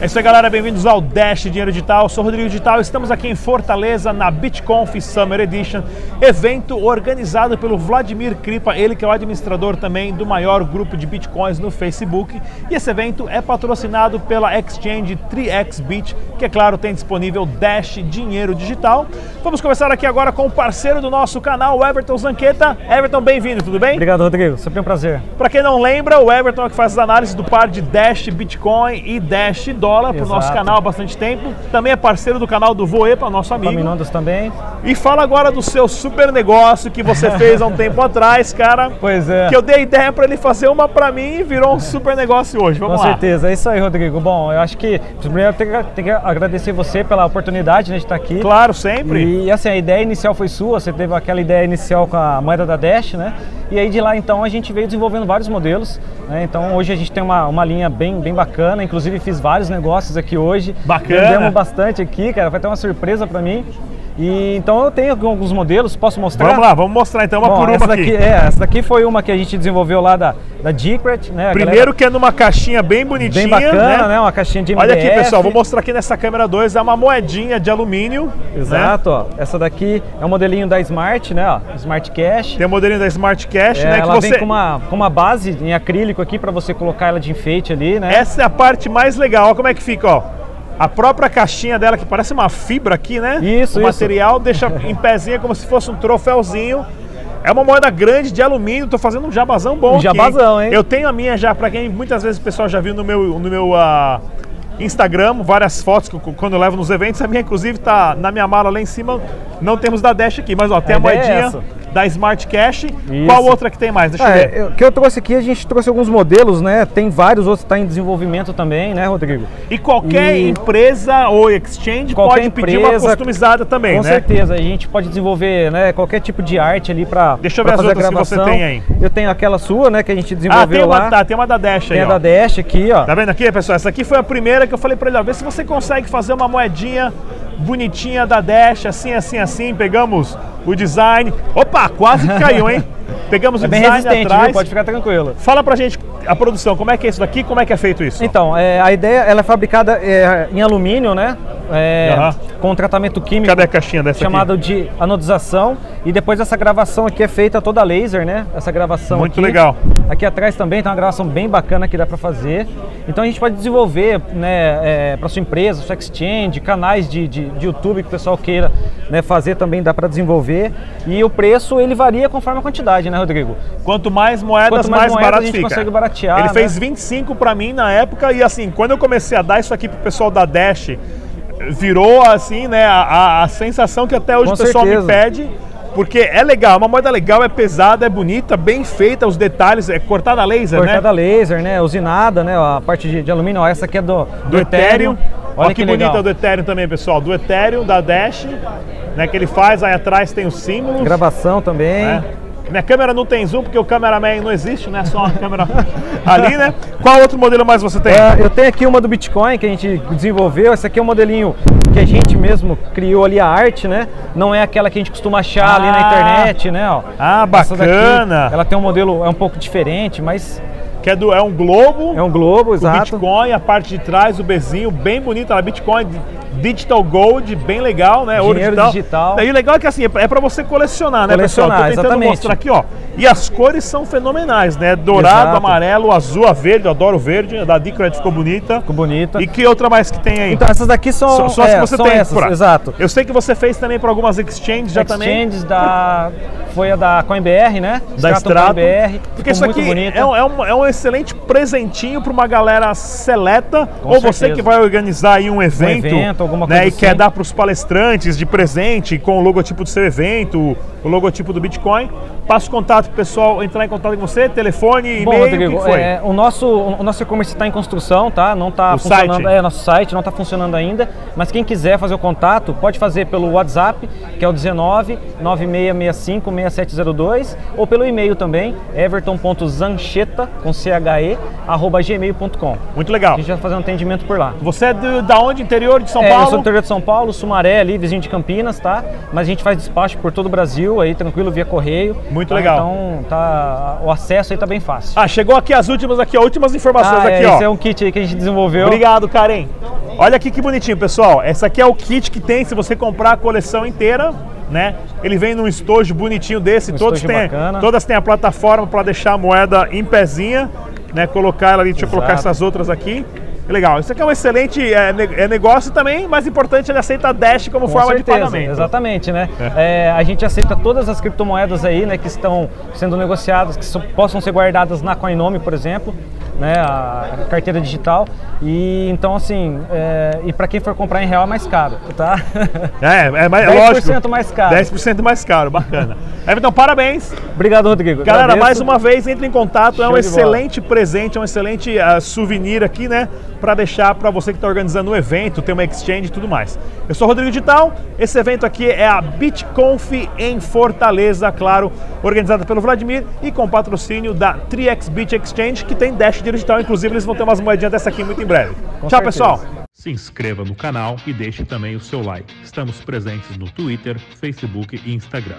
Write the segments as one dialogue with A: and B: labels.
A: É isso aí, galera. Bem-vindos ao Dash Dinheiro Digital. Eu sou Rodrigo Digital. Estamos aqui em Fortaleza, na BitConf Summer Edition, evento organizado pelo Vladimir Kripa, ele que é o administrador também do maior grupo de bitcoins no Facebook. E esse evento é patrocinado pela Exchange 3xBit, que, é claro, tem disponível Dash Dinheiro Digital. Vamos começar aqui agora com o parceiro do nosso canal, o Everton Zanqueta. Everton, bem-vindo, tudo bem?
B: Obrigado, Rodrigo. Sempre um prazer.
A: Para quem não lembra, o Everton é que faz as análises do par de Dash Bitcoin e Dash Dólar para o nosso
B: Exato.
A: canal há bastante tempo. Também é parceiro do canal do Voepa, nosso amigo.
B: Caminhondos também.
A: E fala agora do seu super negócio que você fez há um tempo atrás, cara.
B: Pois é.
A: Que eu dei ideia para ele fazer uma para mim e virou um super negócio hoje.
B: Com
A: Vamos lá.
B: certeza, é isso aí, Rodrigo. Bom, eu acho que primeiro tem que, tem que agradecer você pela oportunidade né, de estar aqui.
A: Claro, sempre.
B: E assim, a ideia inicial foi sua, você teve aquela ideia inicial com a moeda da Dash, né? E aí de lá então a gente veio desenvolvendo vários modelos, né? Então hoje a gente tem uma, uma linha bem, bem bacana, inclusive fiz vários negócios aqui hoje.
A: Bacana.
B: Vendemos bastante aqui, cara, vai ter uma surpresa pra mim. E então eu tenho alguns modelos, posso mostrar?
A: Vamos lá, vamos mostrar então uma
B: Bom,
A: por uma
B: essa
A: aqui.
B: Daqui, é, essa daqui foi uma que a gente desenvolveu lá da, da Decret, né? a
A: Primeiro
B: galera
A: que é numa caixinha bem bonitinha.
B: bem bacana, né? Uma caixinha de
A: Olha aqui,
B: MDF.
A: pessoal, vou mostrar aqui nessa câmera 2, é uma moedinha de alumínio. né?
B: Exato, ó. Essa daqui é um modelinho da Smart, né? Ó, Smart Cash.
A: Tem o modelinho da Smart Cash,
B: É,
A: né? Que
B: ela
A: você...
B: vem com uma, com uma base em acrílico aqui para você colocar ela de enfeite ali, né?
A: Essa é a parte mais legal. Olha como é que fica, ó. A própria caixinha dela, que parece uma fibra aqui, né?
B: Isso,
A: O
B: isso.
A: material deixa em pezinha como se fosse um troféuzinho. É uma moeda grande de alumínio, tô fazendo um jabazão bom
B: Um
A: aqui,
B: jabazão, hein?
A: Eu tenho a minha já, pra quem muitas vezes o pessoal já viu no meu, no meu ah, Instagram, várias fotos que, eu- quando eu levo nos eventos. A minha, inclusive, tá na minha mala lá em cima. Não temos da Dash aqui, mas ó, tem a,
B: A ideia é
A: moedinha
B: essa.
A: da Smart Cash. Qual outra que tem mais? Deixa eu
B: É,
A: ver.
B: eu- o que eu trouxe aqui, a gente trouxe alguns modelos, né? Tem vários outros, está em desenvolvimento também, né, Rodrigo?
A: E qualquer
B: E-
A: empresa ou exchange
B: Qualquer
A: pode pedir uma
B: empresa-
A: customizada também,
B: Com
A: né?
B: certeza, a gente pode desenvolver né, qualquer tipo de arte ali para
A: Deixa eu ver as
B: fazer a
A: outras que você
B: gravação.
A: tem aí.
B: Eu tenho aquela sua, né, que a gente desenvolveu
A: Ah, tem
B: lá.
A: uma, tá, tem uma da Dash
B: tem
A: aí,
B: a
A: ó.
B: da Dash aqui, ó.
A: Tá vendo aqui, pessoal? Essa aqui foi a primeira que eu falei pra ele, ó, vê se você consegue fazer uma moedinha bonitinha da Dash, assim, assim, assim. Pegamos o design. Opa, quase que caiu, hein? Pegamos
B: É
A: o
B: bem
A: design
B: resistente,
A: atrás.
B: viu? Pode ficar tranquilo.
A: Fala pra gente a produção, como é que é isso daqui, como é que é feito isso?
B: Então, é, a ideia, ela é fabricada é, em alumínio, né? É,
A: Aham.
B: Com um tratamento químico
A: Cadê a caixinha dessa
B: chamado
A: aqui?
B: de anodização. E depois essa gravação aqui é feita toda a laser, né? Essa gravação
A: Muito
B: aqui.
A: legal.
B: Aqui atrás também tem uma gravação bem bacana que dá para fazer. Então a gente pode desenvolver né, para sua empresa, sua exchange, canais de, de, de YouTube que o pessoal queira né, fazer também dá para desenvolver. E o preço ele varia conforme a quantidade, né, Rodrigo?
A: Quanto mais moedas,
B: Quanto
A: mais,
B: mais moedas,
A: barato
B: a gente
A: fica.
B: consegue baratear,
A: Ele
B: né?
A: fez 25 pra mim na época e assim, quando eu comecei a dar isso aqui pro pessoal da Dash, virou assim, né, a- a, a sensação que até hoje
B: Com
A: o pessoal me
B: certeza.
A: pede. Porque é legal, é uma moeda legal, é pesada, é bonita, bem feita, os detalhes, é cortada a laser,
B: Cortada
A: né?
B: a laser, né? Usinada, né? A parte de, de alumínio. Ó, essa aqui é do,
A: Do Ethereum. Olha, que, bonita
B: legal.
A: do Ethereum também, pessoal. Do Ethereum, da Dash, né, que ele faz, aí atrás tem os símbolos.
B: Gravação também.
A: né? Minha câmera não tem zoom porque o cameraman não existe, né? Só uma câmera ali, né? Qual outro modelo mais você tem?
B: É, eu tenho aqui uma do Bitcoin que a gente desenvolveu. Esse aqui é um modelinho que a gente mesmo criou ali a arte, né? Não é aquela que a gente costuma achar ali na
A: Ah.
B: internet, né? ó.
A: Ah,
B: Essa daqui,
A: bacana.
B: ela tem um modelo é um pouco diferente, mas
A: Que é, do, é um globo,
B: é um globo,
A: o
B: exato.
A: Bitcoin, a parte de trás, o Bzinho, bem bonita, a Bitcoin Digital Gold, bem legal, né? Ouro
B: Dinheiro digital.
A: E o legal é que assim, é pra é pra você colecionar, né, pessoal? Tô
B: Colecionar,
A: tentando
B: exatamente.
A: mostrar aqui, ó. E as cores são fenomenais, né? Dourado,
B: Exato.
A: amarelo, azul, a verde, eu adoro o verde, a da Decred ficou bonita.
B: Ficou bonita.
A: E que outra mais que tem aí?
B: Então essas daqui são
A: só só
B: é,
A: se você
B: são
A: tem
B: essas,
A: por aí.
B: exato.
A: Eu sei que você fez também para algumas exchanges já também.
B: Exchanges da foi a da CoinBR, né?
A: da Strato.
B: CoinBR.
A: Porque
B: ficou
A: isso
B: muito
A: aqui
B: bonita.
A: é um, é um- é um excelente presentinho para uma galera seleta
B: Com
A: ou você
B: certeza.
A: que vai organizar aí um evento,
B: evento, alguma
A: né,
B: coisa
A: e
B: assim.
A: quer dar para os palestrantes de presente com o logotipo do seu evento, o logotipo do Bitcoin. Passa o contato pro pessoal entrar em contato com você, telefone,
B: Bom,
A: e-mail, o que
B: Rodrigo,
A: que foi?
B: é, o nosso o nosso e-commerce está em construção, tá? Não está
A: O
B: funcionando.
A: site?
B: É, nosso site não está funcionando ainda. Mas quem quiser fazer o contato, pode fazer pelo WhatsApp, que é o 19 9665 6702, ou pelo e-mail também, everton.zancheta, com CHE, arroba gmail.com.
A: Muito legal.
B: A gente vai fazer um atendimento por lá.
A: Você é do- da onde? Interior de São
B: É, eu
A: Paulo?
B: sou do interior de São Paulo, Sumaré ali, vizinho de Campinas, tá? Mas a gente faz despacho por todo o Brasil aí, tranquilo, via correio.
A: Muito
B: tá?
A: legal.
B: Então Então tá, o acesso aí tá bem fácil.
A: Ah, chegou aqui as últimas aqui, ó, últimas informações
B: Ah,
A: aqui,
B: é,
A: ó.
B: esse é um kit aí que a gente desenvolveu.
A: Obrigado, Karen. Olha aqui que bonitinho, pessoal. Essa aqui é o kit que tem se você comprar a coleção inteira, né? Ele vem num estojo bonitinho desse,
B: Um
A: todos
B: estojo
A: têm,
B: bacana.
A: todas têm a plataforma para deixar a moeda em pezinha, né? Colocar ela ali, deixa eu colocar
B: Exato.
A: essas outras aqui. Legal, isso aqui é um excelente é, ne- é negócio também, mas importante ele aceita a Dash como
B: Com
A: forma
B: certeza,
A: de pagamento.
B: Exatamente, né? É, a gente aceita todas as criptomoedas aí, né, que estão sendo negociadas, que so- possam ser guardadas na Coinome, por exemplo, né, a carteira digital. E então assim, é, e para quem for comprar em real é mais caro, tá?
A: É, é, mais- é
B: 10%
A: lógico.
B: mais caro.
A: 10% mais caro, bacana. Everton, parabéns.
B: Obrigado, Rodrigo.
A: Galera,
B: Agradeço.
A: mais uma vez, entre em contato. é um
B: Show de bola.
A: excelente presente, é um excelente ah, souvenir aqui, né? Pra deixar pra você que tá organizando o evento, tem uma exchange e tudo mais. Eu sou o Rodrigo Digital. Esse evento aqui é a BitConf em Fortaleza, claro, organizada pelo Vladimir e com patrocínio da 3xBit Exchange, que tem Dash Digital. Inclusive, eles vão ter umas moedinhas dessa aqui muito em breve. Tchau,
B: certeza.
A: pessoal.
C: Se inscreva no canal e deixe também o seu like. Estamos presentes no Twitter, Facebook e Instagram.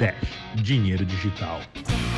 C: Dash Dinheiro Digital.
D: Thank